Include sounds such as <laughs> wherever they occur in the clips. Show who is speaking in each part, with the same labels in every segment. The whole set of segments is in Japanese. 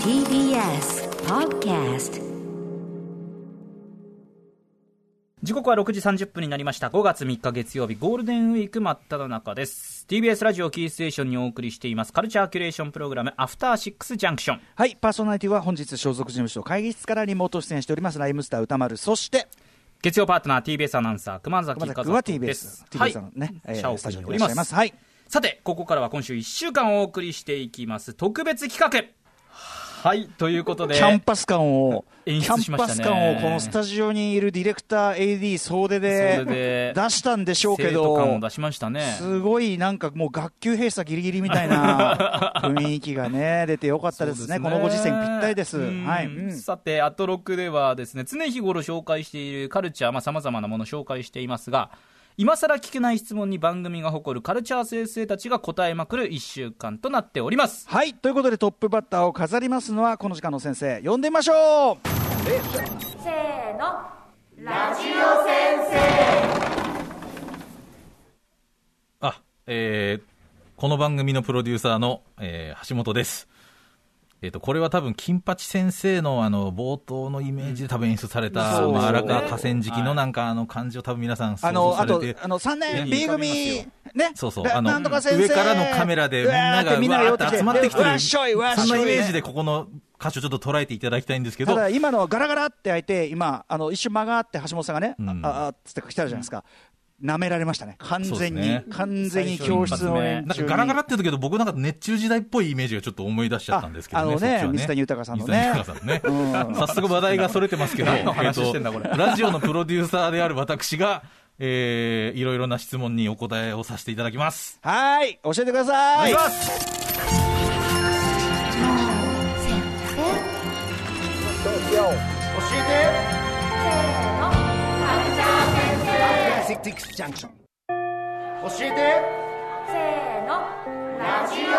Speaker 1: TBS Podcast
Speaker 2: 時刻は6時30分になりました5月3日月曜日ゴールデンウィーク真っ只中です TBS ラジオキーステーションにお送りしていますカルチャーキュレーションプログラムアフターシックスジャンクション
Speaker 3: はい、パーソナリティは本日所属事務所会議室からリモート出演しておりますライムスター歌丸、そして
Speaker 2: 月曜パートナー TBS アナウンサー熊崎
Speaker 3: 熊
Speaker 2: 和人
Speaker 3: 崎君は
Speaker 2: で
Speaker 3: TBS
Speaker 2: す、
Speaker 3: TBS さんのね、
Speaker 2: は
Speaker 3: え
Speaker 2: い、
Speaker 3: ー
Speaker 2: 社を
Speaker 3: スタジオに
Speaker 2: お
Speaker 3: お
Speaker 2: り
Speaker 3: り
Speaker 2: ま
Speaker 3: ますす。はい、
Speaker 2: さてここからは今週1週間お送りしていきます特別企画はいということで
Speaker 3: キャンパス感を、
Speaker 2: 演
Speaker 3: キ
Speaker 2: 出し
Speaker 3: ャン
Speaker 2: ました
Speaker 3: パ
Speaker 2: ね
Speaker 3: ス感をこのスタジオにいるディレクター、AD
Speaker 2: 総
Speaker 3: 総出
Speaker 2: 出で
Speaker 3: で出したんでしょうけ
Speaker 2: 生徒感
Speaker 3: ど
Speaker 2: を出、しましたね
Speaker 3: すごいなんかもう学級閉鎖ぎりぎりみた
Speaker 2: <laughs>
Speaker 3: いな雰囲気がね、出てよかったですね、このご時世にぴったりです。
Speaker 2: うん
Speaker 3: はい、うん
Speaker 2: さて、アトロクではですね、常日頃紹介しているカルチャー、まあ、様々なものを紹介していますが、今更聞けない質問に番組が誇るカルチャー先生たちが答えまくる一週間となっております。
Speaker 3: はい、ということでトップバッターを飾りますのは、この時間の先生、呼んでみましょう
Speaker 4: せーの
Speaker 5: あ、えーこの番組のプロデューサーの、えー橋本です。えっ、と、これは多分、金八先生の、あの、冒頭のイメージで多分演出された、
Speaker 3: そうですね
Speaker 5: まあ、荒川河川敷のなんか、あの、感じを多分皆さん想
Speaker 3: あ
Speaker 5: 像
Speaker 3: の、
Speaker 5: さ
Speaker 3: あ
Speaker 5: れ
Speaker 3: と
Speaker 5: て、、
Speaker 3: あの、3年
Speaker 2: い
Speaker 3: B
Speaker 2: や
Speaker 3: 組、
Speaker 2: 浮か
Speaker 3: ね。
Speaker 5: そうそう
Speaker 3: な
Speaker 5: あの
Speaker 3: なんとか先生
Speaker 5: 上からのカメラでみんな
Speaker 3: うわ
Speaker 5: が
Speaker 3: ーってみんな
Speaker 5: うわーって集まってきてる
Speaker 3: うわっしょい、うわっしょ
Speaker 5: そ
Speaker 3: い
Speaker 5: ん
Speaker 3: ね
Speaker 5: なイメージでここの箇所ちょっと捉えていただきたいんですけ
Speaker 3: た
Speaker 5: ど、
Speaker 3: だ今のガラガラって開いて今あの一瞬間があって橋本さんがね、
Speaker 5: うん
Speaker 3: ああっつって来たじゃないですか舐められましたね完全に、
Speaker 5: そうですね
Speaker 3: 完全に教室の連
Speaker 5: なん
Speaker 3: 中
Speaker 5: か
Speaker 3: に
Speaker 5: ガラガラって言うけど、僕なんか熱中時代っぽいイメージをちょっと思い出しちゃったんですけどね、
Speaker 3: ああのね
Speaker 5: そっちは
Speaker 3: 水谷豊さんのね
Speaker 5: 水谷豊さんね早速話題がそれてますけど、
Speaker 2: 何の話してんだ
Speaker 5: えっと
Speaker 2: これ
Speaker 5: ラジオのプロデューサーである私が、えーいろいろな質問にお答えをさせていただきます。
Speaker 3: はーい教えてください
Speaker 5: お願い
Speaker 4: せーの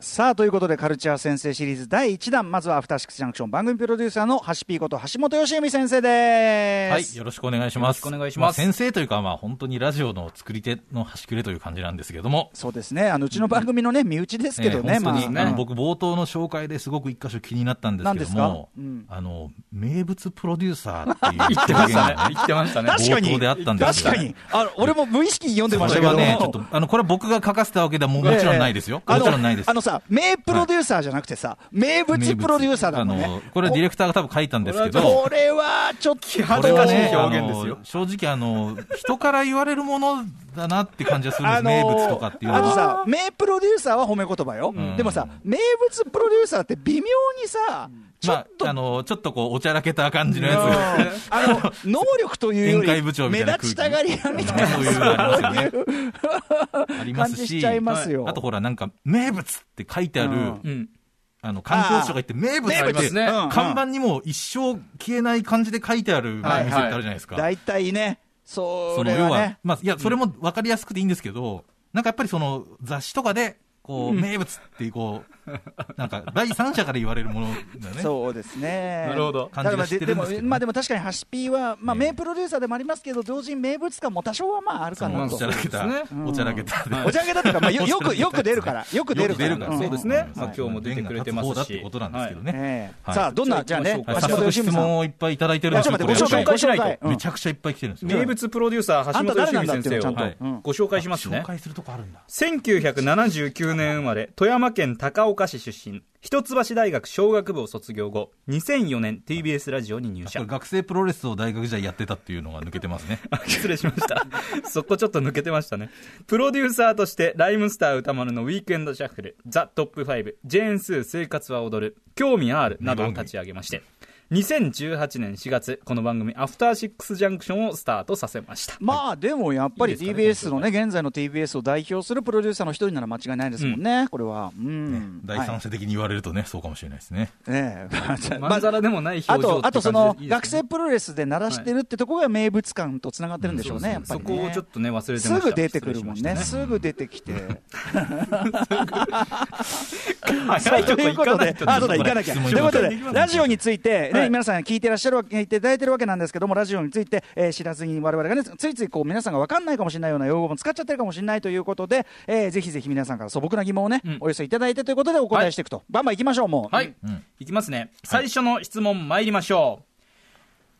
Speaker 3: さあということでカルチャー先生シリーズ第1弾まずはアフターシックスジャンクション番組プロデューサーの橋 P こと橋本良美先生で
Speaker 5: はい、
Speaker 3: す
Speaker 5: よろしくお願いします。
Speaker 2: よろしくお願いします
Speaker 5: あ先生というか、まあ、本当にラジオの作り手の端くれという感じなんですけれども、
Speaker 3: そうですねあのうちの番組のね身内ですけどね、
Speaker 5: えー本当に、
Speaker 3: まあ
Speaker 5: あの僕、冒頭の紹介ですごく一箇所気になったんですけども、
Speaker 3: 何です
Speaker 5: あの名物プロデューサーっていう
Speaker 2: 言ってましたね。言ってましたね。
Speaker 3: 確かに
Speaker 5: 冒頭であったんですよ
Speaker 3: 確かにあの俺も無意識に読んでま
Speaker 5: こ
Speaker 3: した
Speaker 5: れ
Speaker 3: けど
Speaker 5: は
Speaker 3: も
Speaker 5: ね、ちょっと、あの、これは僕が書かせたわけではももちろんないですよ。
Speaker 3: ええあ
Speaker 5: も
Speaker 3: の
Speaker 5: ちろんないです
Speaker 3: あ。のさ、名プロデューサーじゃなくてさ、名物プロデューサーだもん
Speaker 5: あの
Speaker 3: ね。
Speaker 5: これはディレクターが多分書いたんですけど、
Speaker 3: これはちょっと
Speaker 2: 恥
Speaker 5: これ
Speaker 2: ず
Speaker 5: は
Speaker 2: かし
Speaker 5: ね
Speaker 2: い表現ですよ
Speaker 5: あの正直あの、人から言われるものだなって感じがするんです、
Speaker 3: あの
Speaker 5: 名物とかっていうの
Speaker 3: あと
Speaker 5: は。
Speaker 3: さ、名プロデューサーは褒め言葉よ、
Speaker 5: ん
Speaker 3: でもさ、名物プロデューサーって微妙にさ、ちょ
Speaker 5: ま
Speaker 3: っと、
Speaker 5: あ、あの、ちょっとこう、おちゃらけた感じのやつ
Speaker 3: あの能力というよ
Speaker 5: 宴会
Speaker 3: り
Speaker 5: 部長
Speaker 3: 目
Speaker 5: みたいな
Speaker 3: 立
Speaker 5: 空
Speaker 3: ちた
Speaker 5: 気
Speaker 3: がり屋みたい
Speaker 5: そういうのあ
Speaker 3: な、
Speaker 5: りますよね
Speaker 3: そういう
Speaker 5: ありま
Speaker 3: 感
Speaker 5: す
Speaker 3: じし
Speaker 5: し、
Speaker 3: ちゃいますよ。
Speaker 5: あとほら、なんか、名物って書いてある、
Speaker 3: うん
Speaker 2: うん。
Speaker 5: あの、観光地とか行って、名物
Speaker 3: 名
Speaker 5: っ
Speaker 3: 物
Speaker 5: て、
Speaker 2: ね
Speaker 3: うん
Speaker 5: 看板にも一生消えない感じで書いてあるまあ
Speaker 2: はい
Speaker 5: 店ってあるじゃないですか。
Speaker 3: 大体ね、そ
Speaker 5: その
Speaker 3: れ
Speaker 5: 要
Speaker 3: は
Speaker 5: は
Speaker 3: ね、、
Speaker 5: まあ、いや、それも分かりやすくていいんですけど、なんかやっぱりその雑誌とかで、こう、名物っていう、こう、 <laughs> なんか、第三者から言われるものだね。
Speaker 3: そうですね。
Speaker 2: なるほど
Speaker 3: だからまあ
Speaker 5: 感じがしてるんですけどね
Speaker 3: でもまあでも確かにハシピーはまあ
Speaker 5: ええ
Speaker 3: 名プロデューサーでもありますけど同時に名物感も多少はまああるか
Speaker 5: その
Speaker 3: なと
Speaker 5: おちゃ。らけた
Speaker 2: そうです、
Speaker 5: おちゃらけた。
Speaker 3: おじゃげだとかまあよよくよく出るからよく出
Speaker 5: よ
Speaker 3: る
Speaker 5: く
Speaker 3: から。
Speaker 5: 出るから、
Speaker 3: ん
Speaker 2: そうですね
Speaker 5: はい
Speaker 2: まあ今日も出てくれてますし
Speaker 5: 弁が立つ方だってことなんですけどね。
Speaker 3: ええ
Speaker 5: はい
Speaker 3: さあどんなじ
Speaker 2: じゃ
Speaker 3: ゃ
Speaker 2: あ
Speaker 3: あ
Speaker 2: 行きましょうか
Speaker 3: ね橋
Speaker 5: はい早
Speaker 3: 本良美
Speaker 5: 速質
Speaker 3: さん。
Speaker 5: 問をいっぱいいただいてるん
Speaker 3: い
Speaker 5: で
Speaker 3: や
Speaker 5: す
Speaker 3: ちょ
Speaker 5: よ
Speaker 3: っと
Speaker 5: こ
Speaker 3: 待ってご紹
Speaker 5: れ
Speaker 3: 介しない
Speaker 2: ご紹介
Speaker 3: と。
Speaker 5: めちゃくちゃいっぱい来てるんですよ。
Speaker 2: 名物プロデューサー、橋
Speaker 3: あんた
Speaker 2: 本
Speaker 3: 誰
Speaker 2: 良
Speaker 3: なん
Speaker 2: 美
Speaker 3: だって
Speaker 2: 先
Speaker 3: い
Speaker 2: 生
Speaker 3: うのちゃんと
Speaker 2: を
Speaker 5: はい
Speaker 3: うん
Speaker 2: ご紹介しますね
Speaker 5: 紹。介するとこあるんだ。
Speaker 2: 1979年生まれ富山県高岡市出身一橋大学商学部を卒業後2004年 TBS ラジオに入
Speaker 5: こ
Speaker 2: 社
Speaker 5: れ学生プロレスを大学時代やってたっていうのが抜けてますね。
Speaker 2: あ失礼しましたそこちょっと抜けてましたねプロデューサーとしてライムスター歌丸のウィークエンドシャッフルザ・トップ5ジェーンスー生活は踊る興味あるなどを立ち上げまして2018年4月この番組「アフターシックスジャンクション」をスタートさせました
Speaker 3: まあでもやっぱり
Speaker 2: いいですか
Speaker 3: TBS のね現在の TBS を代表するプロデューサーの一人なら間違いないですもんねこれは。うん。
Speaker 5: 第三者的に言われるとね、そうかもしれないですね。
Speaker 3: はいねえ <laughs>
Speaker 2: まんざらでもない表情
Speaker 3: あ
Speaker 2: っていう
Speaker 3: と、
Speaker 2: 感じ
Speaker 3: あと
Speaker 2: で
Speaker 3: その
Speaker 2: いいですね
Speaker 3: 学生プロレスで鳴らしてるってとこが名物感とつながってるんでしょうね、やっぱ
Speaker 2: そ
Speaker 3: り、ね、
Speaker 2: こをちょっとね忘れてました
Speaker 3: すぐ出てくるもんね、
Speaker 2: 失
Speaker 3: すぐ出てきて。
Speaker 2: <laughs> 礼しましたね
Speaker 3: <laughs> ということで、あ、そうだ、行かなきゃ。ということで、ラジオについて、ね
Speaker 2: はい
Speaker 3: 皆さん聞いてらっしゃるわけ、聞いていただいてるわけなんですけども、ラジオについて、えー知らずに我々がね、ついついこう皆さんが分かんないかもしれないような用語も使っちゃってるかもしれないということで、えーぜひぜひ皆さんから素朴な疑問をね、
Speaker 2: うん
Speaker 3: お寄せいただいてということでお答えしていくと。バンバン行きましょう、もう。
Speaker 2: はい、いきますね最初の質問参りましょう、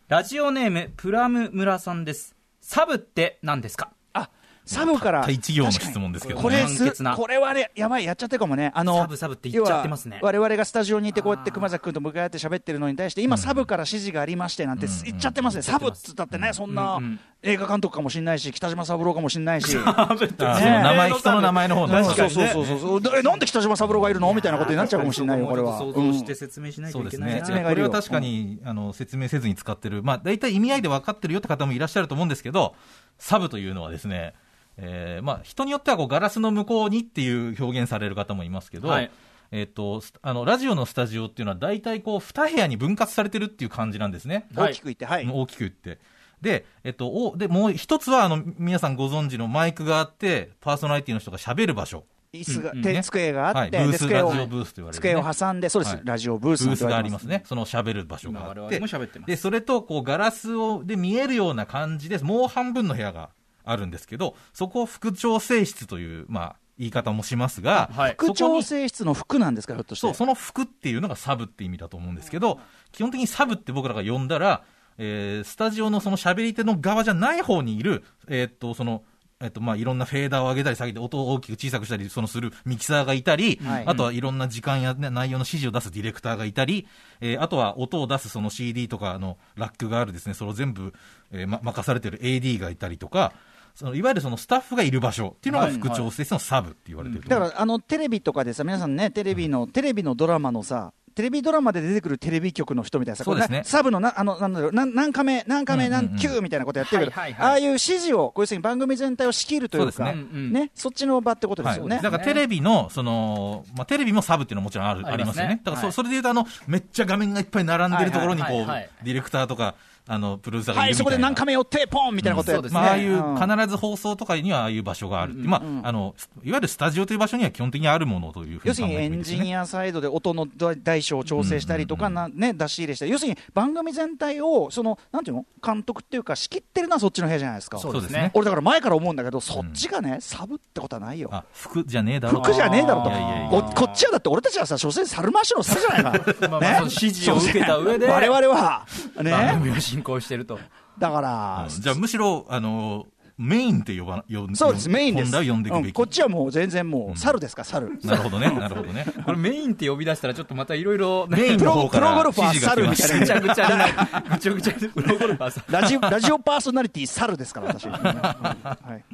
Speaker 2: ラジオネームプラム村さんですサブって何ですか
Speaker 3: あ、サブから。
Speaker 5: 第一行の質問ですけど
Speaker 3: これ
Speaker 5: ね。
Speaker 2: 簡
Speaker 3: す
Speaker 2: 潔な
Speaker 3: これはね、やばい、やっちゃってるかもね、あの
Speaker 2: サブサブって言っちゃってますね
Speaker 3: 要は我々がスタジオにいて、こうやって熊崎君と向かい合って喋ってるのに対して、今、サブから指示がありましてなんて言っちゃってますね、サブっつったってね、そんな映画監督かもしれないし、北島三郎かもしれないし、
Speaker 5: あ
Speaker 3: ね
Speaker 5: その名前、人の名前の方
Speaker 3: うん
Speaker 5: ね。
Speaker 3: そうそうそうそうそう、えなんで北島三郎がいるのみたいなことになっちゃうかもしれないよ、これは。
Speaker 2: ちょっと
Speaker 3: う
Speaker 2: 想
Speaker 3: ん
Speaker 2: 像して説明しないと
Speaker 5: そう
Speaker 2: い
Speaker 5: で
Speaker 2: け
Speaker 5: す
Speaker 2: ない
Speaker 5: ね。
Speaker 2: な、
Speaker 3: 説明が
Speaker 5: こ
Speaker 3: いる
Speaker 5: れ
Speaker 3: よ
Speaker 5: は確かに、あの、説明せずに使ってる。まあ、大体意味合いで分かってるよって方もいらっしゃると思うんですけど、サブというのはですね、えーまあ、人によってはこう、ガラスの向こうにっていう表現される方もいますけど、
Speaker 2: はい
Speaker 5: えっ、と、スあの、ラジオのスタジオっていうのは大体こう、二部屋に分割されてるっていう感じなんですね。
Speaker 2: はい
Speaker 3: 大きく言って、はい。
Speaker 5: 大きく言って。で、えっと、おで、もう一つは、あの、皆さんご存知のマイクがあって、パーソナリティの人が喋る場所。
Speaker 3: 椅子が、
Speaker 2: うん
Speaker 3: 手
Speaker 5: ね
Speaker 3: 机があ
Speaker 5: は
Speaker 3: っ
Speaker 5: い、
Speaker 3: て、
Speaker 5: ブー
Speaker 3: で
Speaker 5: ス、
Speaker 3: 机
Speaker 5: ラ
Speaker 3: を
Speaker 5: ジオブースと言われる、ね。
Speaker 3: 机を挟んで、そうです、
Speaker 5: はい
Speaker 3: ラジオブース
Speaker 5: ブース
Speaker 3: と言
Speaker 5: が
Speaker 3: わ
Speaker 5: あ
Speaker 3: れ
Speaker 5: り
Speaker 3: ま
Speaker 5: ますすね。その喋る場所があって。
Speaker 2: 今我々も喋ってます
Speaker 5: で、それと、こう、ガラスを、で、見えるような感じです。もう半分の部屋があるんですけど、そこを副調整室という、まあ、言い方もしますが、
Speaker 2: はい
Speaker 5: そこ
Speaker 3: 副
Speaker 5: に
Speaker 3: 調整室の服なんですか、ひょっとして。
Speaker 5: そう、その服っていうのがサブって意味だと思うんですけど、基本的にサブって僕らが呼んだら、えースタジオのその喋り手の側じゃない方にいる、えーっと、その、えーっと、まあ、いろんなフェーダーを上げたり下げて、音を大きく小さくしたり、そのするミキサーがいたり、
Speaker 3: はい
Speaker 5: あとはいろんな時間や、ね、内容の指示を出すディレクターがいたり、えーあとは音を出すその CD とかあのラックがあるですね、それを全部、えーま、任されてる AD がいたりとか、そのいわゆるそのスタッフがいる場所っていうのが副調整室のサブって言われてると
Speaker 3: だ
Speaker 5: 思う
Speaker 3: からあのテレビとかでさ皆さんねテレビの、テレビのドラマのさテレビドラマで出てくるテレビ局の人みたいなさ
Speaker 5: そうですね
Speaker 3: これなサブのなあのなんだろうなん何カメ何カメ
Speaker 5: うんうんうん
Speaker 3: 何級みたいなことやってるけど、
Speaker 2: はいはいはい
Speaker 3: ああいう指示をこう要するに番組全体を仕切るという
Speaker 5: そう
Speaker 3: か
Speaker 5: です
Speaker 2: ね
Speaker 3: ね
Speaker 2: うんうん
Speaker 3: そっちの場ってことですよね。
Speaker 5: はい、だからテレビの、その、まあ、テレビもサブっていうのはもちろんある、
Speaker 2: あ
Speaker 5: あ
Speaker 2: り
Speaker 5: り
Speaker 2: ま
Speaker 5: ますす
Speaker 2: ね
Speaker 5: よね。だからそ、
Speaker 2: はい
Speaker 5: それで言うと、あの、めっちゃ画面がいっぱい並んでるところに、こう、
Speaker 2: はいはいはいはい
Speaker 5: ディレクターとか、あの、プロデューサーが
Speaker 3: はい
Speaker 5: る
Speaker 3: い
Speaker 5: み
Speaker 3: そ
Speaker 5: たい
Speaker 3: こ
Speaker 5: な。
Speaker 3: で何カメ寄ってポンみたいなことやって、
Speaker 2: うん
Speaker 5: まあ、ああい
Speaker 3: ん
Speaker 5: う、必ず放送とかにはああいう場所があるって、まあ、あの、いわゆるスタジオという場所には基本的にあるものというふう
Speaker 3: 要
Speaker 5: に
Speaker 3: す
Speaker 5: 考
Speaker 3: るにエ
Speaker 5: えてもい
Speaker 3: ン
Speaker 5: いです
Speaker 3: ジ
Speaker 5: ね。
Speaker 3: ニアサイドで音の大小を調整したりとか、なね、出し入れしたり、要するに番組全体をその、なんていうの、監督っていうか、仕切ってるのはそっちの部屋じゃないですか、
Speaker 2: そうです
Speaker 5: そうで
Speaker 2: ね
Speaker 5: す
Speaker 3: 俺、だから前から思うんだけど、そっちがね、サブってことはないよ。
Speaker 5: あ、服じゃねえだろ。
Speaker 3: 服じゃねえだろと
Speaker 5: いやいやいや
Speaker 3: ここっちはだって俺たちはさ所詮猿回しの猿じゃ
Speaker 5: <laughs>
Speaker 3: ないか
Speaker 2: まあまあその指示を受けた上で
Speaker 3: 我々は
Speaker 2: 番
Speaker 3: ね
Speaker 2: 組を進行してると
Speaker 3: だか
Speaker 5: あ
Speaker 3: ら
Speaker 5: のじゃあ、むしろ、あの、メインって呼ば、呼ん
Speaker 3: そうですメインです
Speaker 5: 本来は呼んでいくべ
Speaker 3: うん
Speaker 5: き。
Speaker 3: こっちはもう全然もう猿ですか猿
Speaker 5: なるほどね、なるほどね。
Speaker 2: これメインって呼び出したらちょっとまたいろいろ <laughs>
Speaker 5: メイン
Speaker 3: プ
Speaker 5: の
Speaker 3: ロ
Speaker 5: 方
Speaker 3: プ
Speaker 5: か
Speaker 3: ロ
Speaker 5: ら
Speaker 3: ゴル
Speaker 5: 指
Speaker 3: ファー
Speaker 5: 示が来
Speaker 3: 猿み
Speaker 5: ま
Speaker 3: た
Speaker 5: し
Speaker 3: い
Speaker 5: た
Speaker 3: な
Speaker 2: ぐちゃぐちゃになるぐちゃぐちゃにプロゴルファーさん
Speaker 3: ラジラジオパーソナリティ猿ですから
Speaker 5: <laughs>
Speaker 3: 私、はい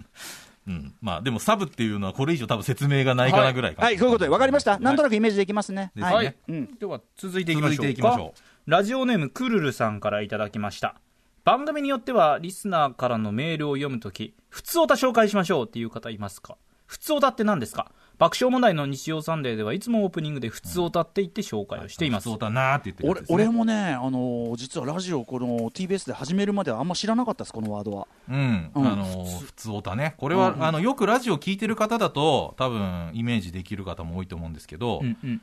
Speaker 5: うん。まあ、でもサブっていうのはこれ以上多分説明がないかなぐらいかな
Speaker 3: はい、そういうことで分かりましたなんとなくイメージできますね
Speaker 5: です
Speaker 3: はい、
Speaker 5: ね
Speaker 3: うん
Speaker 2: では続いていきましょうか
Speaker 5: 続いていきましょ
Speaker 2: ラジオネームくるるさんからいただきました番組によってはリスナーからのメールを読むとき「普通オタ紹介しましょう」っていう方いますか普通オタって何ですか爆笑問題の日曜サンデーではいつもオープニングで「普通オタって言って紹介をしています、
Speaker 5: そうだなーって言ってるやつ
Speaker 3: 俺
Speaker 5: ですね
Speaker 3: 俺もね、あのー実はラジオ、この TBS で始めるまではあんま知らなかったです、このワードは。
Speaker 5: うん、
Speaker 3: うん
Speaker 5: あの普通オタね、これは、あのよくラジオ聞いてる方だと、多分イメージできる方も多いと思うんですけど、
Speaker 2: うんうん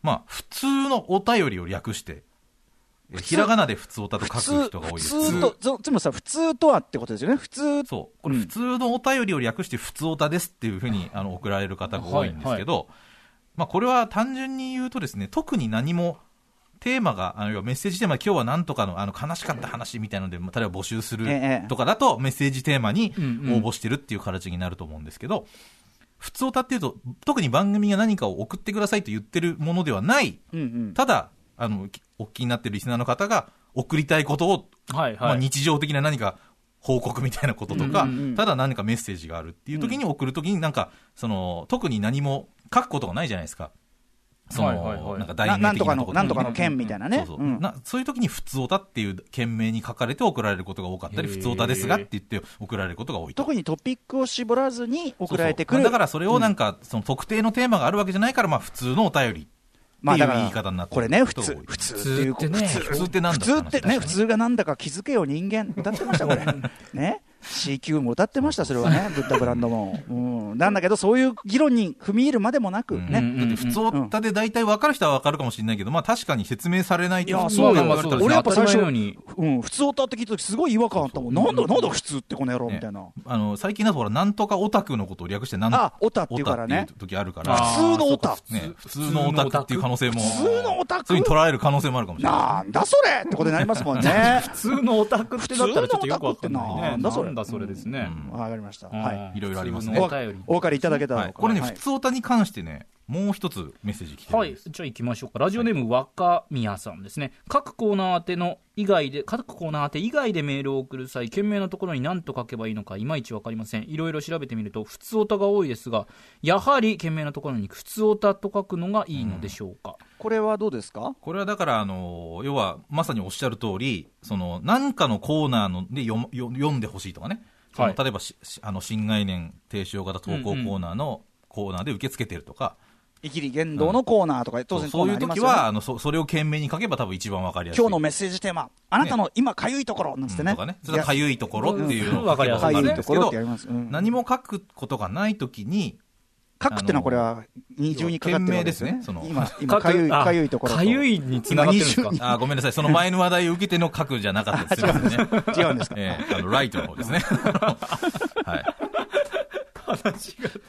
Speaker 5: まあ、普通のお便りを略して、えひらがなで普通オタと
Speaker 3: 普
Speaker 5: 書
Speaker 3: 通
Speaker 5: く人が多い
Speaker 3: 普
Speaker 5: です。
Speaker 3: 通と、つつまりさ、普通とはってことですよね、普通
Speaker 5: そう、これ、普通のお便りを略して、普通オタですっていうふうにあの送られる方が多いんですけど、まあ、これは単純に言うとですね、特に何もテーマが、あの要はメッセージテーマ、今日はなんとかのあの悲しかった話みたいなので、まあ例えば募集する
Speaker 3: ええ
Speaker 5: とかだと、メッセージテーマに応
Speaker 2: んうん
Speaker 5: 募してるっていう形になると思うんですけど、普通オタっていうと、特に番組が何かを送ってくださいと言ってるものではない、
Speaker 3: うんうん、
Speaker 5: ただ、あのきお聞きになってるリスナーの方が、送りたいことを
Speaker 2: はい
Speaker 5: ま
Speaker 2: は
Speaker 5: あ、
Speaker 2: い、
Speaker 5: 日常的な何か報告みたいなこととか、
Speaker 3: うんうんうん
Speaker 5: ただ何かメッセージがあるっていう時に送る時になんかその特に何も書くことがないじゃないですか。その、
Speaker 2: はいはいはい
Speaker 5: なんか
Speaker 3: な
Speaker 5: 題
Speaker 3: な
Speaker 5: 名
Speaker 3: ん
Speaker 5: 的
Speaker 3: とか
Speaker 5: な
Speaker 3: の
Speaker 5: ところ
Speaker 3: なんとかの件みたいなね
Speaker 5: そううそう、
Speaker 3: ん
Speaker 5: なそういう時に「普通おた」っていう件名に書かれて送られることが多かったり「
Speaker 2: へー
Speaker 5: 普通おたですが」って言って送られることが多いと
Speaker 3: 特にトピックを絞らずに送られてく
Speaker 5: そう
Speaker 3: る
Speaker 5: そうだからそれをなんか、その特定のテーマがあるわけじゃないから、まあ、普通のお便り
Speaker 3: まあだ
Speaker 5: っていう言い
Speaker 3: か
Speaker 5: 方にな
Speaker 3: ら
Speaker 5: ってる
Speaker 3: これね普
Speaker 5: 人が多
Speaker 3: 通
Speaker 5: い
Speaker 3: 普通っていう
Speaker 2: 普通ってね
Speaker 5: 普通ってなんだ
Speaker 3: 普通って
Speaker 5: 話だ
Speaker 3: ね普通がなんだか気づけよ人間歌ってましたこれね CQ も歌ってました、それはね、ブッダブランドも。うん、なんだけど、そういう議論に踏み入るまでもなく、ね。
Speaker 2: うん
Speaker 5: だって普通おったで大体分かる人は分かるかもしれないけど、まあ確かに説明されないと
Speaker 3: いや
Speaker 2: そ
Speaker 3: そうう
Speaker 2: よ
Speaker 3: よ、
Speaker 2: まあまあそうですね
Speaker 3: 俺やっぱ最初
Speaker 2: 当たり前のよ
Speaker 3: うん、普通歌って聞いた時すごい違和感あったもん、なんだ、なんだ、普通ってこの野郎み
Speaker 5: ね
Speaker 3: たいな、
Speaker 5: あの最近だとほら、なんとかオタクのことを略して、なん
Speaker 3: あオタっていうからね
Speaker 5: オタっていう時あるか
Speaker 2: あ
Speaker 5: ら、
Speaker 3: 普通の歌、
Speaker 5: ね、普通のオタクっていう可能性も、
Speaker 3: 普通のオタク
Speaker 5: そういうふうに捉える可能性もあるかもしれない。
Speaker 3: なんだそれってことになりますもん
Speaker 5: <laughs>
Speaker 3: ね。
Speaker 2: 普通のオタクってなったらちょっとよくわかんないね。
Speaker 3: 普通のオタクってなんだそれ
Speaker 2: なんだそれですね。
Speaker 3: わかりました、
Speaker 2: うん
Speaker 3: はい
Speaker 5: いろいろありますね
Speaker 2: 普
Speaker 3: お
Speaker 2: 通のお便り
Speaker 3: お分かりいただけた
Speaker 5: は
Speaker 3: ら
Speaker 5: い、これね、
Speaker 3: はい
Speaker 5: 普通オタに関してね、もう一つメッセージ来てるん
Speaker 2: は
Speaker 5: で
Speaker 2: い
Speaker 5: す。、
Speaker 2: じゃあ行きましょうか。ラジオネーム、若宮さんですね。各コーナー宛ての以外で、各コーナー宛て以外でメールを送る際、件名のところに何と書けばいいのかいまいちわかりません。いろいろ調べてみると、普通オタが多いですが、やはり件名のところに普通オタと書くのがいいのでしょうか。
Speaker 3: これはどうですか
Speaker 5: これはだから、あの要はまさにおっしゃる通り、その何かのコーナーので読む読読んでほしいとかね、その
Speaker 2: はい
Speaker 5: 例えばししあの新概念提唱型投稿コーナーのコーナーで受け付けてるとか、
Speaker 3: イギリ言動のコーナーとか、当然コー
Speaker 5: そう
Speaker 3: ナーあ
Speaker 5: いう
Speaker 3: ります
Speaker 5: 時
Speaker 3: よ、ね、
Speaker 5: はあのそ、それを懸命に書けば、多分一番わかりやすい。
Speaker 3: 今日のメッセージテーマ、あなたの今かゆいところなんつってね。
Speaker 5: とかね、それはかゆいところっていうの
Speaker 2: うんわかりやす
Speaker 5: 書
Speaker 2: い
Speaker 5: けば
Speaker 2: ですね
Speaker 5: わるんです
Speaker 3: かゆいと
Speaker 5: けど
Speaker 3: ころってやりますうん
Speaker 5: 何も書くことがないときに、
Speaker 3: 書くってのはこれは二重にかかってるわけですよね。
Speaker 5: 懸命ですね
Speaker 3: 今、今か
Speaker 5: <laughs>
Speaker 3: ゆい、かゆいところと。
Speaker 2: かゆいにつながってるんですか
Speaker 3: 今二
Speaker 5: あーごめんなさい、その前の話題を受けての書くじゃなかったですすいませんね。
Speaker 3: 重違うんですか、
Speaker 5: ええあのライトの
Speaker 3: <laughs>
Speaker 5: 方ですね。はい。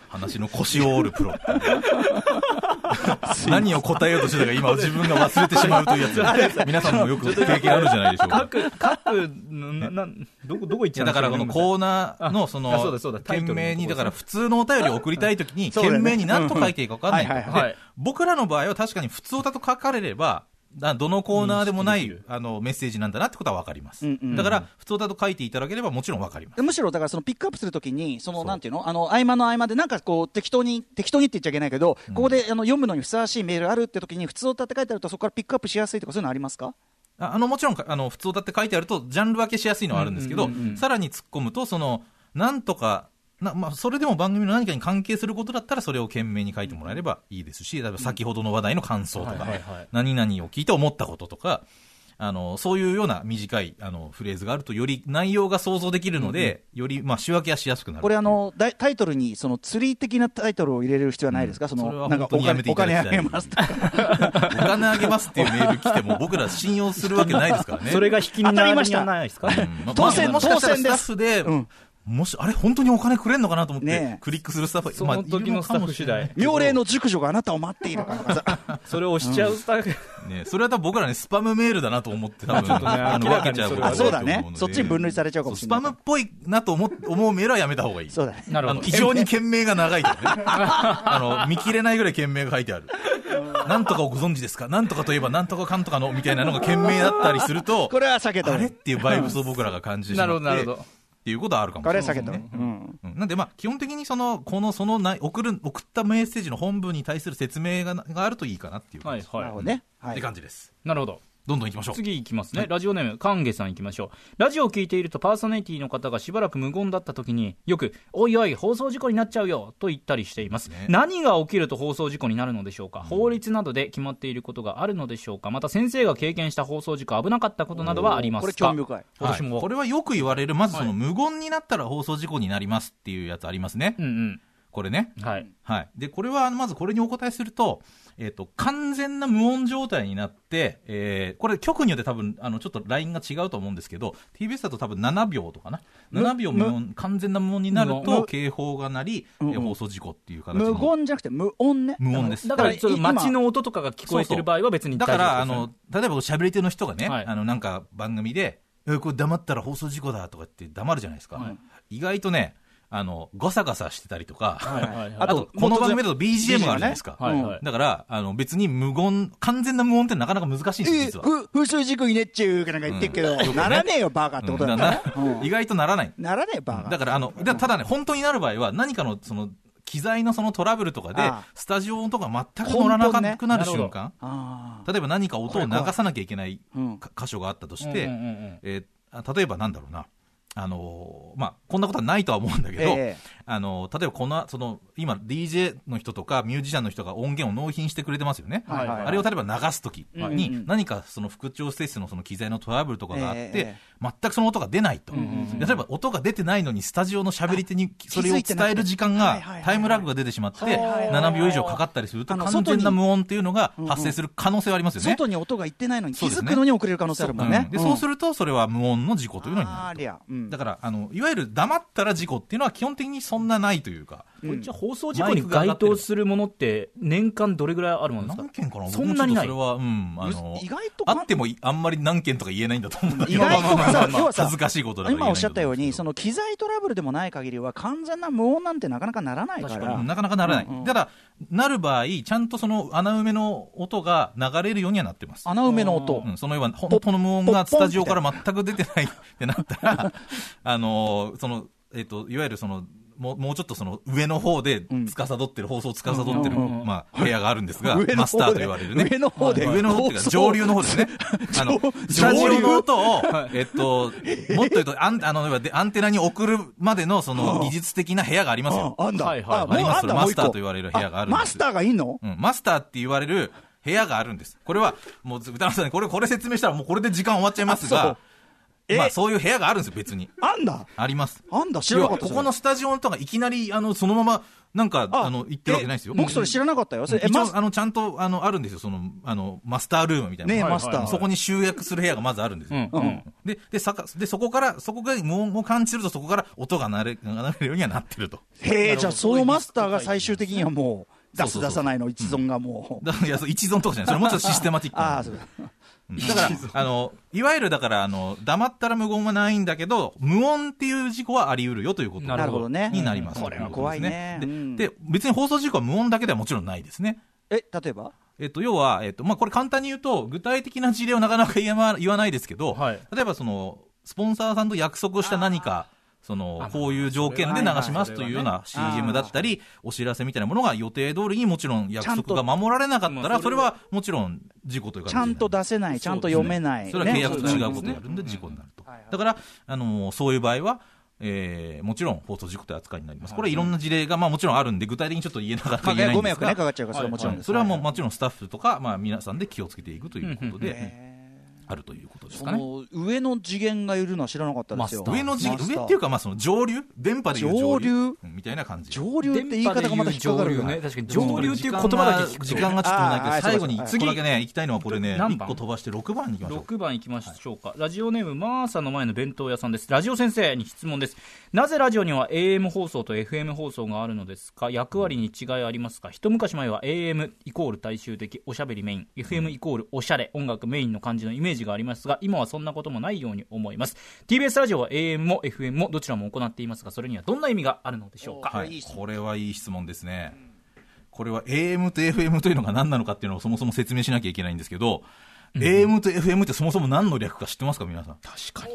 Speaker 5: 話の腰を折るプロっていう何を答えようとしてたか今自分が忘れてしまうというやつ皆さんもよく経験あるじゃないでしょうか
Speaker 2: 書く、書く、な、な、どこ、どこ行っ
Speaker 5: い
Speaker 2: ちゃう
Speaker 5: や
Speaker 2: んです
Speaker 5: だからこのコーナーのそ
Speaker 2: あそう
Speaker 5: の
Speaker 2: だそうだタイトルの
Speaker 5: 懸
Speaker 2: とこ
Speaker 5: 命にだから
Speaker 2: です
Speaker 5: 普通のお便りを送りたいときに
Speaker 3: そうだ
Speaker 5: 懸
Speaker 3: よね
Speaker 5: 命に何と書いていいか分かんないと
Speaker 3: はいはい
Speaker 2: はい
Speaker 5: で僕らの場合は確かに普通歌と書かれればなどのコーナーでもな
Speaker 2: 認識
Speaker 5: い
Speaker 2: でき
Speaker 5: あのメッセージなんだなってことは分かります
Speaker 3: うんうん
Speaker 5: だから普通歌と書いていただければもちろん分かります
Speaker 3: むしろだからそのピックアップするときに、そのなんていうの、あの合間の合間で、なんかこう適当に、適当にって言っちゃいけないけど、ここであの読むのにふさわしいメールあるってときに、普通歌って書いてあると、そこからピックアップしやすいとか、そういうのありますか
Speaker 5: ああのもちろんかあの普通だって書いてあるとジャンル分けしやすいのはあるんですけど、
Speaker 2: うんうんうんうん
Speaker 5: さらに突っ込むとそのなんとかな、まあ、それでも番組の何かに関係することだったらそれを懸命に書いてもらえればいいですし例えば先ほどの話題の感想とか、
Speaker 2: はいはいはい
Speaker 5: 何々を聞いて思ったこととかあのそういうような短いあのフレーズがあるとより内容が想像できるので、より、まあ、仕分けはしやすくなる
Speaker 3: これあの、だいタイトルにその釣り的なタイトルを入れる必要はないですか、そ
Speaker 5: それ
Speaker 3: の
Speaker 5: は
Speaker 3: なんか
Speaker 5: 本当
Speaker 3: お
Speaker 5: にや
Speaker 3: 金
Speaker 5: めてい
Speaker 3: お
Speaker 5: ただ
Speaker 3: 金
Speaker 5: きたい
Speaker 3: あげますとか、
Speaker 5: <laughs> お金あげますっていうメール来ても僕ら信用するわけないですからね
Speaker 2: それが引きにな
Speaker 3: 当たり
Speaker 2: るん
Speaker 3: ま
Speaker 2: じ
Speaker 3: し
Speaker 2: ゃ
Speaker 3: た
Speaker 2: ないですかね。
Speaker 5: まあ
Speaker 3: 当選
Speaker 5: まあもしかしたら
Speaker 3: 当選
Speaker 5: ス
Speaker 3: です
Speaker 5: タッフで、
Speaker 3: うん
Speaker 5: もし、あれ、本当にお金くれんのかなと思って、
Speaker 3: ねえ
Speaker 5: クリックするスタッフ、
Speaker 2: その時のスタッフ次
Speaker 5: まあい
Speaker 2: 第
Speaker 5: る。
Speaker 3: 妙齢の熟女があなたを待っているからとかさ、
Speaker 2: それを押しちゃうスタッフ。
Speaker 5: かもしれないねえそれは多分僕らね、スパムメールだなと思って、多分、
Speaker 2: ね
Speaker 5: あの
Speaker 2: 明ら
Speaker 5: 分
Speaker 2: か
Speaker 5: け
Speaker 2: に
Speaker 5: ちゃう
Speaker 2: それ
Speaker 5: こと
Speaker 2: は
Speaker 5: が
Speaker 3: あ
Speaker 5: 多い
Speaker 3: そう
Speaker 5: と
Speaker 3: だ
Speaker 5: 思ので
Speaker 3: ね、そっちに分類されちゃうかもしれ
Speaker 5: そうス
Speaker 3: な
Speaker 5: パム
Speaker 3: い
Speaker 5: っ。ぽいなと思思うメールはやめた方がいい。
Speaker 3: そうだね
Speaker 2: なる
Speaker 5: あ
Speaker 2: ほ
Speaker 5: の
Speaker 2: ど。
Speaker 5: 非常に件名が長いとかね <laughs> あの見切れないぐらい件名が書いてある。なんとかをご存知ですかなんとかといえばなんとかかんとかのみたいなのが件名だったりすると、
Speaker 3: これは避けた
Speaker 5: あ
Speaker 3: 方が
Speaker 5: れ
Speaker 3: い
Speaker 5: っ
Speaker 3: い
Speaker 5: ていうバイブスを僕らが感じてしま
Speaker 2: な
Speaker 5: って
Speaker 2: るほど、なるほど。
Speaker 5: っていうことはあるかもし
Speaker 3: こ
Speaker 5: れ
Speaker 3: れ
Speaker 5: な。
Speaker 3: はい避けた方がいい
Speaker 5: ね
Speaker 3: うん
Speaker 5: うんなんで、まあ、基本的にその、この、そのな送る、送ったメッセージの本文に対する説明がながあるといいかなっていう
Speaker 2: はい、
Speaker 5: 感じ。
Speaker 3: なるほ
Speaker 2: は
Speaker 3: どね。は
Speaker 5: って
Speaker 3: い
Speaker 5: 感じです。
Speaker 2: い。なるほど。
Speaker 5: どんどん行きましょう。
Speaker 2: 次いきますね、ラジオネーム、かんげさんいきましょう、ラジオを聞いていると、パーソナリティの方がしばらく無言だった時に、よく、おいおい、放送事故になっちゃうよと言ったりしています、
Speaker 5: ね
Speaker 2: 何が起きると放送事故になるのでしょうか、法律などで決まっていることがあるのでしょうか、また先生が経験した放送事故、危なかったことなどはあります
Speaker 3: こ
Speaker 2: か
Speaker 3: れ興味深い。
Speaker 5: はい
Speaker 2: 私も、
Speaker 5: これはよく言われる、まずその、無言になったら放送事故になりますっていうやつありますね。
Speaker 2: うん
Speaker 5: これね
Speaker 2: う。ん、はい、
Speaker 5: はい。で、これは、あのまずこれにお答えすると、えっ、と、完全な無音状態になって、えーこれ局によって多分、あの、ちょっとラインが違うと思うんですけど、TBS だと多分7秒とかな。7秒無音、完全な無音になると、
Speaker 3: 無
Speaker 5: 警報が鳴り、え
Speaker 3: うん
Speaker 5: ー放送事故っていう形に
Speaker 3: 無言じゃなくて無音ね。
Speaker 5: 無音です。
Speaker 2: だから、
Speaker 3: だから
Speaker 2: ちょっと
Speaker 3: 今
Speaker 2: 街の音とかが聞こえてる場合は別に
Speaker 5: だ
Speaker 2: 大
Speaker 5: から、あ
Speaker 2: 丈夫
Speaker 5: の
Speaker 2: で、
Speaker 5: 例えば喋り手の人がね、
Speaker 2: はい
Speaker 5: あの、なんか番組で、えーこれ黙ったら放送事故だとか言って黙るじゃないですか。意外とね、あの、ガサガサしてたりとか、
Speaker 2: すよねはいはいはい
Speaker 5: <laughs> あと、この番組だと BGM があるじゃないですか。
Speaker 2: はいはい
Speaker 5: うんだから、あの、別に無言、完全な無音ってなかなか難しいんです、
Speaker 3: え
Speaker 5: 実は。
Speaker 3: ふ風水事故にねっちゅうかなんか言ってるけど、ならねえよ、バーガーってことだ
Speaker 5: うん
Speaker 3: からね
Speaker 5: なな意外とならない。
Speaker 3: ならねえ、バーガー。
Speaker 5: だから、あの、だただね、本当になる場合は、何かの、その、機材のそのトラブルとかで
Speaker 3: ああ、
Speaker 5: スタジオ音とか全く乗らなくなる瞬間、
Speaker 3: あ
Speaker 5: 例えば何か音を流さなきゃいけない
Speaker 3: うん
Speaker 5: か箇所があったとし
Speaker 2: す
Speaker 5: て、
Speaker 2: うんうんうんうん
Speaker 5: えーあ例えばなんだろうな、あのーまあ、こんなことはないとは思うんだけど、
Speaker 3: ええ
Speaker 5: あのー例えばこのその今 DJ の人とかミュージシャンの人が音源を納品してくれてますよね。
Speaker 3: はいはいはい
Speaker 5: あれを例えば流すとき
Speaker 3: うんう
Speaker 5: に
Speaker 3: ん
Speaker 5: 何かその副調整室のその機材のトラブルとかがあって、
Speaker 3: ええ
Speaker 5: 全くその音が出ないと、で例えば音が出てないのにスタジオの喋り手にそれを伝える時間
Speaker 3: 気づいてなくてはいはいはいは
Speaker 5: が
Speaker 3: い
Speaker 5: タイムラグが出てしまって
Speaker 3: はいはいはい
Speaker 5: 7秒以上かかったりすると
Speaker 3: あの
Speaker 5: 完全
Speaker 3: 外
Speaker 5: な
Speaker 3: に
Speaker 5: 無音っていうのが発生する可能性はありますよね。
Speaker 3: 外に音が行ってないのに気
Speaker 5: そうです
Speaker 3: づ
Speaker 5: ね
Speaker 3: くのに遅れる可能性あるもんね
Speaker 5: うん。でそうす
Speaker 3: る
Speaker 5: るとそれは無音の事故というのにな
Speaker 3: あ
Speaker 5: ると
Speaker 3: りゃ。うん
Speaker 5: だからあのいわゆる黙ったら事故っていうのは基本的にそんなないというか、
Speaker 2: これじゃあ放送事故に該当するものって年間どれぐらいあるものですか
Speaker 5: 何件かな
Speaker 2: そんなにない
Speaker 5: 僕もちょっとそれは、うん、あの
Speaker 3: むず意外と
Speaker 5: あってもいあんまり何件とか言えないんだと思うんだけ
Speaker 3: 意
Speaker 5: ど
Speaker 3: 外とさ
Speaker 5: まあまあまあまあ
Speaker 3: 要はさ
Speaker 5: 恥ずかしいことだから言
Speaker 3: 今お
Speaker 5: えない
Speaker 3: っ
Speaker 5: ん
Speaker 3: しゃ
Speaker 5: だ
Speaker 3: った
Speaker 5: と思
Speaker 3: よ
Speaker 5: う
Speaker 3: うん
Speaker 5: ですけど
Speaker 3: に、その機材トラブルでもない限りは、完全な無音なんてなかなかならないか
Speaker 2: 確か
Speaker 3: ら
Speaker 5: <laughs> うん、なかなかならない、
Speaker 3: うんうん
Speaker 5: ただなる場合ちゃんとその穴埋めの音が流れるようにはなってます
Speaker 3: 穴埋めの音
Speaker 5: う、ん、その要は本当の無音がスタジオから全く出てないってなったら、 <laughs> あのーその、えっ、と、いわゆるその、もうもうちょっとその上の方で
Speaker 3: ん
Speaker 5: 司ってる、放送を司ってる、
Speaker 2: うんうんうん
Speaker 5: まあ、部屋があるんですが
Speaker 3: 上の方、で
Speaker 5: マスターと言われるね。
Speaker 3: 上の方で
Speaker 5: 上の方っていう
Speaker 3: 放送
Speaker 5: か、上流の方
Speaker 3: <laughs>
Speaker 5: ですね。あの、スタジオの音を、えっと、もっと言うと、アンあの要はでアンテナに送るまでのその技術的な部屋がありますよ。
Speaker 3: あんだ、
Speaker 2: はいはいはい
Speaker 3: あもう
Speaker 5: あります
Speaker 3: あんだ
Speaker 5: マ
Speaker 3: もう
Speaker 5: ス
Speaker 3: 一
Speaker 5: タ
Speaker 3: 個
Speaker 5: ーと言われる部屋があるんです
Speaker 3: マスターがいんの
Speaker 5: うん、マスターって言われる部屋があるんです。これは、もう、歌丸さんにこれ、これ説明したらもうこれで時間終わっちゃいます
Speaker 3: あそう
Speaker 5: が、
Speaker 3: え
Speaker 5: まあそういう部屋があるんですよ、別に。
Speaker 3: あんだ、
Speaker 5: あります。
Speaker 3: あんだ、知らなかった、
Speaker 5: 要はここのスタジオのとかいきなり、あの、そのまま、なんか、あの、行ってるわけないですよ。
Speaker 3: え僕、それ知らなかったよ、それえ
Speaker 5: 一
Speaker 3: マ
Speaker 5: 応
Speaker 3: ス
Speaker 5: あの、ちゃんと、あの、あるんですよ、その、あの、マスタールームみたいな。
Speaker 3: ねえ
Speaker 2: はい
Speaker 3: マスタ
Speaker 2: はい
Speaker 3: ー、
Speaker 5: そこに集約する部屋がまずあるんですよ。
Speaker 2: うん
Speaker 3: うん
Speaker 5: で、で、さか、で、そこから、そこが無音を感じると、そこから音が鳴れ、鳴れるようにはなってると。
Speaker 3: へえ、じゃあ、そのマスターが最終的にはもう、出
Speaker 5: そ
Speaker 3: す
Speaker 5: うそうそ
Speaker 3: 出さ
Speaker 5: う
Speaker 3: ないの一存がもう、
Speaker 5: だからいや、そう一存とかじゃない。それもうちょっとシステマティックな
Speaker 3: ああ、そうだ、
Speaker 5: うんだから、あの、いわゆるだから、あの、黙ったら無言はないんだけど、無音っていう事故はあり得るよということ
Speaker 2: なるほ
Speaker 3: どね
Speaker 5: になります。
Speaker 2: うんこれは
Speaker 3: 怖いね
Speaker 5: とうことで
Speaker 3: う
Speaker 5: す
Speaker 3: ん
Speaker 5: でで、別に放送事故は無音だけではもちろんないですね。
Speaker 3: え、例えば
Speaker 5: えっと、要は、えっと、まあ、これ簡単に言うと、具体的な事例をなかなか言えま言わないですけど、
Speaker 2: はい
Speaker 5: 例えばその、スポンサーさんと約束をした何か、その
Speaker 2: あ、
Speaker 5: こういう条件で流しますというような
Speaker 3: れはね
Speaker 5: CM だったり、お知らせみたいなものが予定通りにもちろん約束が守られなかった
Speaker 2: ちゃん
Speaker 5: ら、
Speaker 2: と
Speaker 5: それはもちろん事故というか、
Speaker 3: ちゃんと出せない、ちゃんと読めない、
Speaker 5: それは契約と違う
Speaker 3: ね
Speaker 5: ことをやるんで事故になると、
Speaker 3: はいはい
Speaker 5: だから、あのーそういう場合は、えーもちろん放送事故という扱いになります、これ、いろんな事例が、まあ、もちろんあるんで、具体的にちょっと言えなかった
Speaker 3: か
Speaker 5: ら言えない
Speaker 3: ご
Speaker 5: んで
Speaker 3: 迷惑
Speaker 5: すが、
Speaker 3: ね、かかっちゃうから、それはもちろん
Speaker 5: は
Speaker 3: で
Speaker 5: い
Speaker 3: す。
Speaker 5: それはもうもちろんスタッフとか、まあ、皆さんで気をつけていくということで、あるということです
Speaker 3: そ
Speaker 5: かね。
Speaker 3: の上の次元がいるのは知らなかったですよ。
Speaker 5: 上のじ
Speaker 3: マスター
Speaker 5: 上っていうか、まあ、その上流、電波でいう上流
Speaker 3: 上流
Speaker 5: うんみたいな感じ。
Speaker 3: 上流って言い方がまた引っかかるよね。
Speaker 2: 確かに
Speaker 5: でも
Speaker 2: 上流っていう言葉だけ聞くと
Speaker 5: 時間が時間がちょっとないけ
Speaker 3: あ
Speaker 5: ど
Speaker 3: ー、
Speaker 5: 最後に
Speaker 3: あーそう
Speaker 5: 次だけね、行きたいのはこれね、
Speaker 2: 何
Speaker 5: 一
Speaker 2: 番
Speaker 5: 個飛ばして6番に行きましょう。
Speaker 2: 6番いきましょうか、ラジオネームマーサの前の弁当屋さんですラジオ先生に質問ですなぜラジオには AM 放送と FM 放送があるのですか役割に違いありますか一昔前は AM イコール大衆的おしゃべりメイン FM イコールおしゃれ音楽メインの感じのイメージがありますが今はそんなこともないように思います TBS ラジオは AM も FM もどちらも行っていますがそれにはどんな意味があるのでしょうか
Speaker 5: はい
Speaker 3: い
Speaker 5: い、
Speaker 3: 質
Speaker 5: これはいい質問ですね、これは AM と FM というのが何なのかっていうのをそもそも説明しなきゃいけないんですけど、AM と FM ってそもそも何の略か知ってますか、皆さん。
Speaker 2: 確かに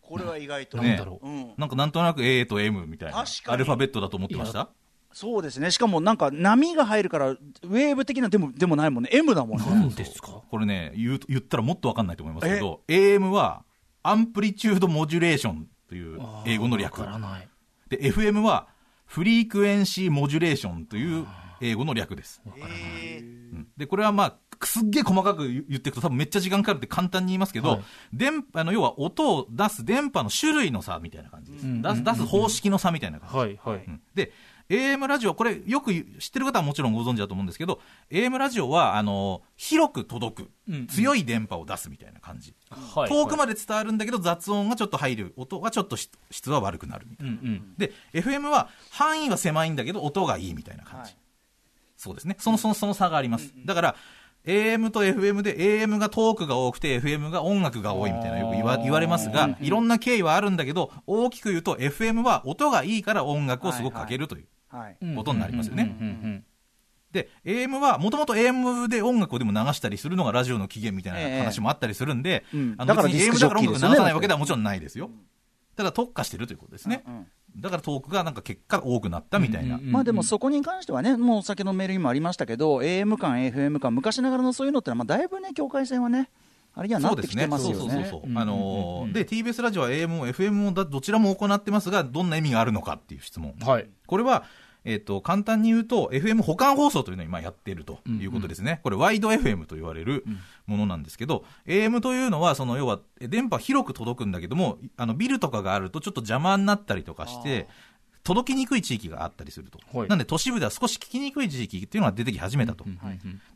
Speaker 3: これは意外と
Speaker 5: ね
Speaker 2: なんだろう
Speaker 3: うん
Speaker 5: なんかなんとなく A と M みたいな、
Speaker 3: 確かに
Speaker 5: アルファベットだと思ってました
Speaker 3: そうですね。しかもなんか波が入るから、ウェーブ的なでも、でもないもんね。M だもんね。
Speaker 2: 何ですか
Speaker 5: これね言う、言ったらもっと分かんないと思いますけど、AM はアンプリチュード・モジュレーションという英語の略
Speaker 2: わからない
Speaker 5: で、FM はフリークエンシー・モジュレーションという英語の略です。うんで、これはまあ、すっげえ細かく言言っていくと多分めっちゃ時間かかるって簡単に言いますけど、電波あの、要は音を出す電波の種類の差みたいな感じです。出す、出す方式の差みたいな感じ。
Speaker 2: はいはい、
Speaker 5: うんで、AM ラジオ、これよく知ってる方はもちろんご存知だと思うんですけど、AM ラジオは、あの、広く届く
Speaker 2: うんうん、
Speaker 5: 強い電波を出すみたいな感じ。
Speaker 2: はい
Speaker 5: 遠くまで伝わるんだけど雑音がちょっと入る、音がちょっとし質は悪くなるみたいな。
Speaker 2: うんうん
Speaker 5: で、FM は範囲は狭いんだけど、音がいいみたいな感じ。そうですね。その、その、その差があります。だから、AM と FM で、AM がトークが多くて、FM が音楽が多いみたいな、よく言わ言われますが、いろんな経緯はあるんだけど、大きく言うと、FM は音がいいから音楽をすごくかけるという。
Speaker 3: はい。
Speaker 5: ことになりますよね
Speaker 2: うんうんうん
Speaker 5: で、AM は、もともと AM で音楽をでも流したりするのがラジオの起源みたい
Speaker 3: ええ
Speaker 5: な話もあったりするんで、
Speaker 3: うん
Speaker 5: あの
Speaker 3: だから
Speaker 5: 別に
Speaker 3: ディス
Speaker 5: AM
Speaker 3: クジョ
Speaker 5: だ
Speaker 3: ッ
Speaker 5: から
Speaker 3: キー
Speaker 5: 音
Speaker 3: ですよ
Speaker 5: 楽流
Speaker 3: ね
Speaker 5: さないわけではもちろんないですよ。ただ特化してるということですね。だからトークがなんか結果多くなったみたいな。
Speaker 2: うんうん
Speaker 3: まあでもそこに関してはね、もう先のメールにもありましたけど、AM 感、FM 感、昔ながらのそういうのってのは、まあだいぶね、境界線はね、あれにはな
Speaker 5: そう
Speaker 3: って
Speaker 5: で
Speaker 3: き
Speaker 5: すね
Speaker 3: て。ます
Speaker 5: そう
Speaker 3: よ
Speaker 5: そうそう
Speaker 3: ね。
Speaker 5: そう
Speaker 2: う。ん
Speaker 5: あのーで、TBS ラジオは AM も FM もだどちらも行ってますが、どんな意味があるのかっていう質問。
Speaker 2: はい
Speaker 5: これは、えっと、簡単に言うと、FM 保管放送というのを今やってるということですね。これ、ワイド FM と言われるものなんですけど、AM というのは、その、要は、え電波広く届くんだけども、あの、ビルとかがあるとちょっと邪魔になったりとかして、届きにくい地域があったりすると。
Speaker 2: はい
Speaker 5: なんで、都市部では少し聞きにくい地域っていうのが出てき始めたと。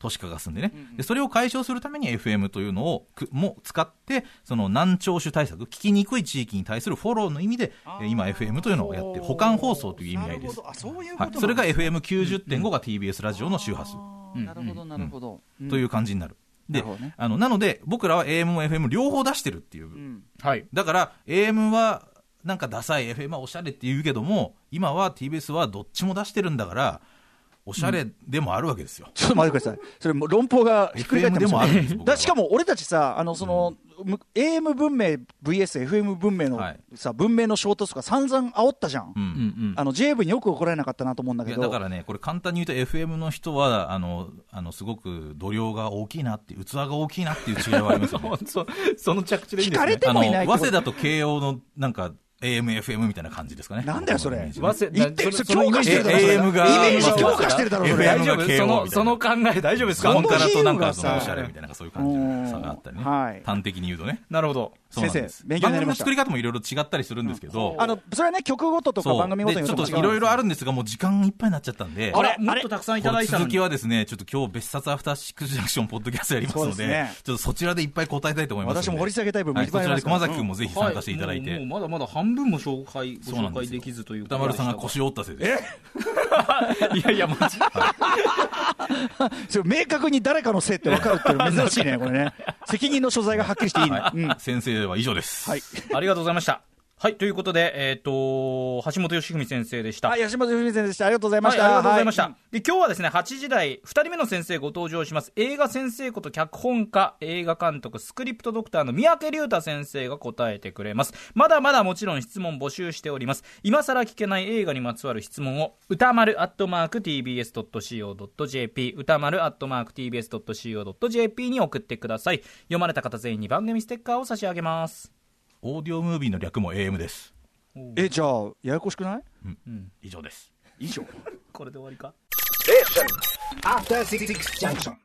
Speaker 5: 都市化が進んでね、でそれを解消するために FM というのをくも使ってその難聴種対策聞きにくい地域に対するフォローの意味でえー今 FM というのをやってる保管放送という意味合いです
Speaker 3: なるほどあそういうことな
Speaker 5: は
Speaker 3: ん
Speaker 5: い、
Speaker 3: だ
Speaker 5: それが FM90.5 が TBS ラジオの周波数
Speaker 3: あーなるほどなるほどうん
Speaker 5: という感じになる、で
Speaker 3: なるほどね
Speaker 5: あのなので僕らは AM も FM 両方出してるっていう、
Speaker 3: うん
Speaker 2: はい。
Speaker 5: だから AM はなんかダサい FM はおしゃれって言うけども今は TBS はどっちも出してるんだからおしゃれでもあるわけですよ、
Speaker 3: ちょっと待ってください。それもう論法がひっくり返ってますよ
Speaker 5: FM でもあるんです
Speaker 3: ね。
Speaker 5: 僕ら
Speaker 3: だ
Speaker 5: は
Speaker 3: しかも俺たちさ、あのその、む AM 文明 VSFM 文明の
Speaker 5: はい
Speaker 3: さ、文明の衝突とか散々煽ったじゃん。
Speaker 5: うん
Speaker 2: うんうん。
Speaker 3: あの j 部によく怒られなかったなと思うんだ
Speaker 5: い
Speaker 3: け
Speaker 5: や
Speaker 3: ど。
Speaker 5: だからね、これ簡単に言うと FM の人は、あの、あの、すごく度量が大きいなっていう、器が大きいなっていう違いはありますよね。
Speaker 3: <laughs>
Speaker 2: そその着地でいいんで
Speaker 3: 聞
Speaker 2: す
Speaker 3: かれ
Speaker 2: ね。
Speaker 3: てもいない
Speaker 5: あ
Speaker 3: ってこと
Speaker 5: の、早稲田と慶応の、なんか、AM、FM みたいな感じですかね。
Speaker 3: なんだよそれ
Speaker 5: イメージ
Speaker 3: 早稲言ってるそれ強化してるだろ。それ
Speaker 5: そのイメージ AM が
Speaker 3: イメージ強化してるだろ、それ。
Speaker 5: FM
Speaker 2: 大丈夫
Speaker 5: 慶
Speaker 2: そ
Speaker 5: 応
Speaker 2: の、
Speaker 5: みたいな
Speaker 2: その考え大丈夫です
Speaker 5: ガ
Speaker 2: か
Speaker 5: ンカラとなんか、
Speaker 3: そ
Speaker 5: そ
Speaker 3: の
Speaker 5: の
Speaker 3: 比喩がさ
Speaker 5: おしゃれみたいな、そういう感じの差があったりね。
Speaker 3: うんはい
Speaker 5: 端的に言うとね。
Speaker 2: なるほど。
Speaker 5: そうなんです
Speaker 3: 先生勉強になりました
Speaker 5: 番組の作り方もいろいろ違ったりするんですけど。
Speaker 3: あの、それはね、曲ごととか
Speaker 5: そう
Speaker 3: 番組ごと
Speaker 5: で
Speaker 3: に
Speaker 5: ちょ
Speaker 3: よ
Speaker 5: っ
Speaker 3: って
Speaker 5: と
Speaker 3: も違うんです
Speaker 5: いろいろあるんですが、もう時間いっぱいになっちゃったんで。
Speaker 2: あれ、もっとたくさんいただいたの
Speaker 5: 続き
Speaker 2: に。
Speaker 5: はですね、ちょっと今日別冊アフターシックスジャンクションポッドキャストやりますので、
Speaker 3: そうですね
Speaker 5: ちょっとそちらでいっぱい答えたいと思いますので。
Speaker 3: 私も掘り下げたい部分
Speaker 5: はい
Speaker 3: っぱいあります
Speaker 5: そち
Speaker 3: から
Speaker 5: で熊崎君もぜひ参加していただいて、
Speaker 2: はもうもうまだまだ半分も紹介、ご
Speaker 5: そうな
Speaker 2: 紹
Speaker 5: んで
Speaker 2: 介
Speaker 5: すよ
Speaker 2: できずという
Speaker 5: 歌丸さんが腰を折ったせいで。
Speaker 2: いやいや、マジ
Speaker 3: それ明確に誰かのせいって分かるっていうの珍しいね、これね。責任の所在がはっきりしていいね。うん。
Speaker 5: 先生は以上です。
Speaker 3: はい。
Speaker 2: ありがとうございました。はい、ということで、えっ、と、橋本良文先生でした。
Speaker 3: はい、吉本先生でした。ありがとうございま
Speaker 2: はい、
Speaker 3: した。
Speaker 2: ありがとうございました。
Speaker 3: は
Speaker 2: で今日はですね、8時台、2人目の先生ご登場します。映画先生こと脚本家、映画監督、スクリプトドクターの三宅龍太先生が答えてくれます。まだまだもちろん質問募集しております。今更聞けない映画にまつわる質問を、歌丸アットマーク tbs.co.jp、歌丸アットマーク tbs.co.jp に送ってください。読まれた方全員に番組ステッカーを差し上げます。
Speaker 5: オーディオムービーの略も AM です。
Speaker 3: いえ、じゃあ、ややこしくない
Speaker 5: 以上です。
Speaker 3: 以上。
Speaker 2: これで終わりか
Speaker 6: After Six Junction.